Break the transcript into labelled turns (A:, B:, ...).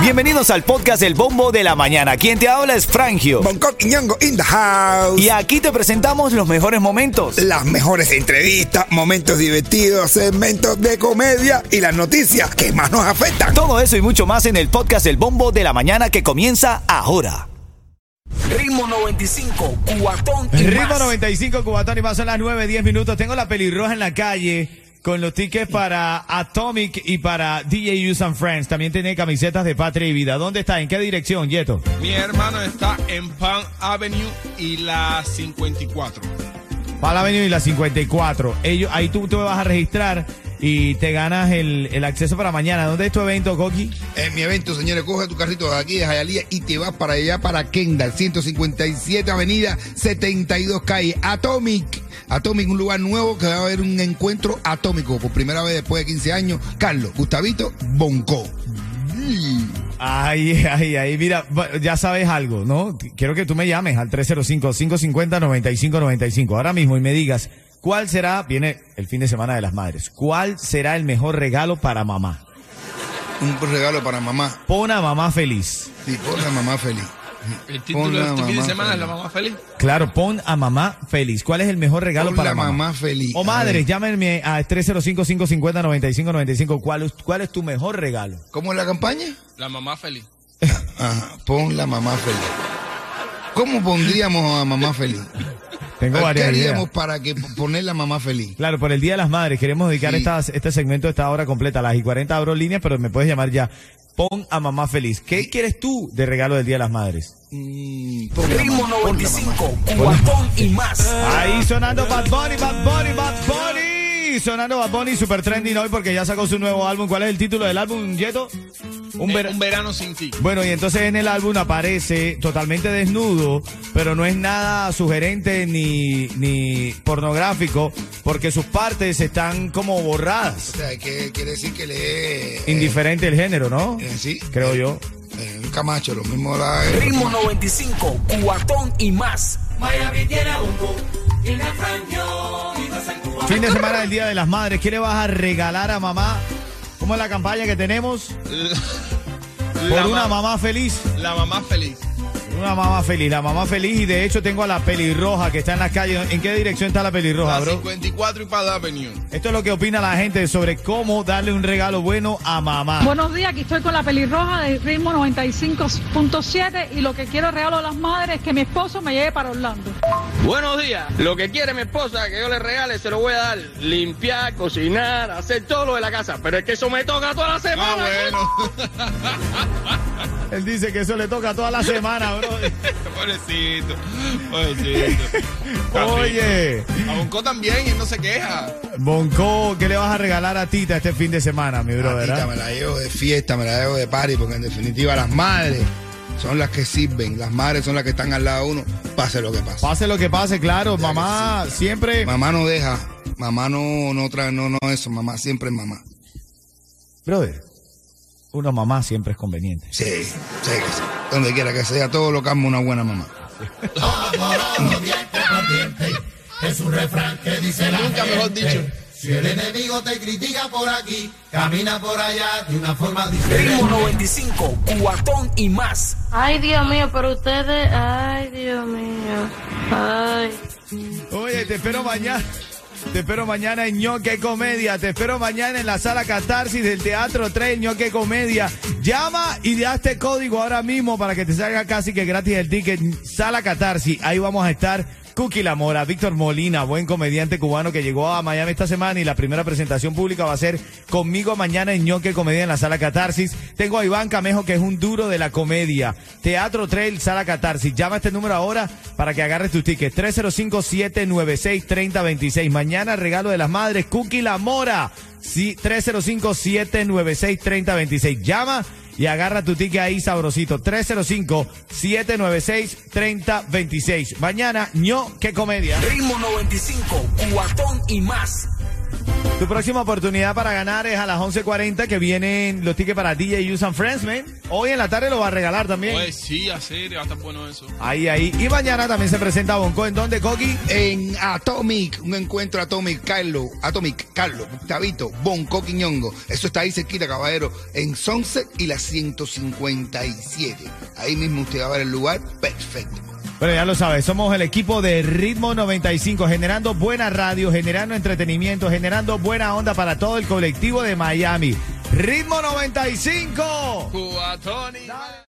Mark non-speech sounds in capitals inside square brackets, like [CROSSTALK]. A: Bienvenidos al podcast El Bombo de la Mañana. Quien te habla es Frangio.
B: Bangkok y Ñongo in the house.
A: Y aquí te presentamos los mejores momentos.
B: Las mejores entrevistas, momentos divertidos, segmentos de comedia y las noticias que más nos afectan.
A: Todo eso y mucho más en el podcast El Bombo de la Mañana que comienza ahora.
C: Ritmo 95, Cubatón y
D: Ritmo
C: más.
D: 95, Cubatón y más son las 9, 10 minutos. Tengo la pelirroja en la calle con los tickets para Atomic y para DJ Use and Friends. También tiene camisetas de Patria y Vida. ¿Dónde está? ¿En qué dirección, Yeto?
E: Mi hermano está en Pan Avenue y la 54.
D: Para Avenue y la 54. Ellos, ahí tú te vas a registrar y te ganas el, el acceso para mañana. ¿Dónde es tu evento, Coqui?
F: En mi evento, señores, coge tu carrito de aquí de Jayalía y te vas para allá, para Kendall, 157 Avenida, 72 Calle, Atomic. Atomic, un lugar nuevo que va a haber un encuentro atómico por primera vez después de 15 años. Carlos, Gustavito, Bonco.
D: Ay, [LAUGHS] ay, ay, mira, bu- ya sabes algo, ¿no? Quiero que tú me llames al 305-550-9595 ahora mismo y me digas, ¿cuál será, viene el fin de semana de las madres, cuál será el mejor regalo para mamá?
F: Un regalo para mamá.
D: Pon a mamá feliz.
F: Sí, por la mamá feliz.
E: El
F: Pon
E: título
F: la
E: de este fin de
F: mamá
E: semana es La
F: feliz.
E: Mamá Feliz.
D: Claro, pon a mamá feliz. ¿Cuál es el mejor regalo
F: Pon
D: para
F: la
D: mamá?
F: mamá feliz.
D: O
F: A
D: madres,
F: ver.
D: llámenme al 305-550-9595. ¿Cuál, es- ¿Cuál es tu mejor regalo?
F: ¿Cómo es la campaña?
E: La Mamá Feliz.
F: Ajá, pon la mamá feliz. ¿Cómo pondríamos a mamá feliz?
D: Tengo
F: ¿Qué
D: [LAUGHS] varias ideas.
F: haríamos para que poner la mamá
D: [LAUGHS]
F: feliz?
D: Claro, por el Día de las Madres queremos dedicar
F: Sí.
D: estas- este segmento, esta hora completa. A las y 40 abro líneas, pero me puedes llamar ya. Pon a mamá feliz. ¿Qué quieres tú de regalo del Día de las Madres?
F: Mm, pon la
C: Ritmo
F: mamá, pon la mamá.
C: 95, Cubatón y más.
D: Ahí sonando Bad Bunny, Bad Bunny, Bad Bunny. Sonando Bad Bunny, super trending hoy porque ya sacó su nuevo álbum. ¿Cuál es el título del álbum, Yeto? Un
E: Eh,
D: verano.
E: un verano sin ti.
D: Bueno, y entonces en el álbum aparece totalmente desnudo, pero no es nada sugerente ni, ni pornográfico, porque sus partes están como borradas.
F: O sea, que quiere decir que le es
D: Indiferente el género, ¿no?
F: eh, sí.
D: Creo yo.
F: eh, un camacho, lo mismo la
C: Ritmo 95, Cubatón y más.
D: Fin de semana del Día de las Madres. ¿Qué le vas a regalar a mamá? ¿Cómo es la campaña que tenemos?
E: La,
D: Por
E: la
D: una
E: ma-
D: mamá feliz.
E: La Mamá Feliz.
D: Una mamá feliz, la mamá feliz. Y de hecho tengo a la pelirroja que está en la calle. ¿En qué dirección está la pelirroja,
E: La
D: bro?
E: 54 y Pan Avenue.
D: Esto es lo que opina la gente sobre cómo darle un regalo bueno a mamá.
G: Buenos días, aquí estoy con la pelirroja de ritmo 95.7 y lo que quiero regalo a las madres es que mi esposo me lleve para Orlando.
H: Buenos días. Lo que quiere mi esposa que yo le regale, se lo voy a dar. Limpiar, cocinar, hacer todo lo de la casa. Pero es que eso me toca toda la semana.
E: Ah, bueno. [LAUGHS]
D: Él dice que eso le toca toda la semana, bro.
E: Pobrecito. Pobrecito. Está rico.
D: Oye,
E: A Bonco también, él no se queja.
D: Bonco, ¿qué le vas a regalar a Tita este fin de semana, mi ah? bro?
F: Tita,
D: verdad?
F: me la llevo de fiesta, me la llevo de party, porque en definitiva las madres son las que sirven, las madres son las que están al lado de uno, pase lo que pase.
D: Pase lo que pase, claro, mamá siempre...
F: Mamá no deja, mamá no no trae, no no eso, mamá siempre es mamá.
D: Brother, una mamá siempre es conveniente.
F: Sí, sí, que sí. donde quiera que sea, todo lo calma una buena mamá.
E: Nunca mejor dicho.
C: Ritmo 95, Cubatón y más.
I: Ay, Dios mío, pero ustedes, ay, Dios mío, ay.
D: Oye, te espero mañana. Te espero mañana en Ñoque Comedia. Te espero mañana en la sala Catarsis del Teatro 3 Ñoque Comedia. Llama y da este código ahora mismo para que te salga casi que gratis el ticket. Sala Catarsis. Ahí vamos a estar. Cookie La Mora, Víctor Molina, buen comediante cubano que llegó a Miami esta semana y la primera presentación pública va a ser conmigo mañana en Ñoque Comedia en la Sala Catarsis. Tengo a Iván Camejo que es un duro de la comedia. Teatro Trail, Sala Catarsis. Llama a este número ahora para que agarres tus tickets. 305-796-3026. Mañana regalo de las madres, Cookie La Mora. Sí, 305-796-3026. Llama y agarra tu ticket ahí sabrosito. 305-796-3026. Mañana, ño, qué comedia.
C: Ritmo 95, Cubatón y más.
D: Tu próxima oportunidad para ganar es a las 11.40 que vienen los tickets para DJ Use and Friends, man. Hoy en la tarde lo va a regalar también.
E: Pues sí, a serio, va a estar bueno eso.
D: Ahí, ahí. Y mañana también se presenta Bonco. ¿En dónde, Coqui?
F: En Atomic, un encuentro Atomic, Carlos, Atomic, Carlos, Gustavito, Bonco Quiñongo. Eso está ahí cerquita, caballero, en Sunset y la 157. Ahí mismo usted va a ver el lugar perfecto.
D: Bueno, ya lo sabes, somos el equipo de Ritmo 95, generando buena radio, generando entretenimiento, generando buena onda para todo el colectivo de Miami. Ritmo 95.
E: Cubatón y más.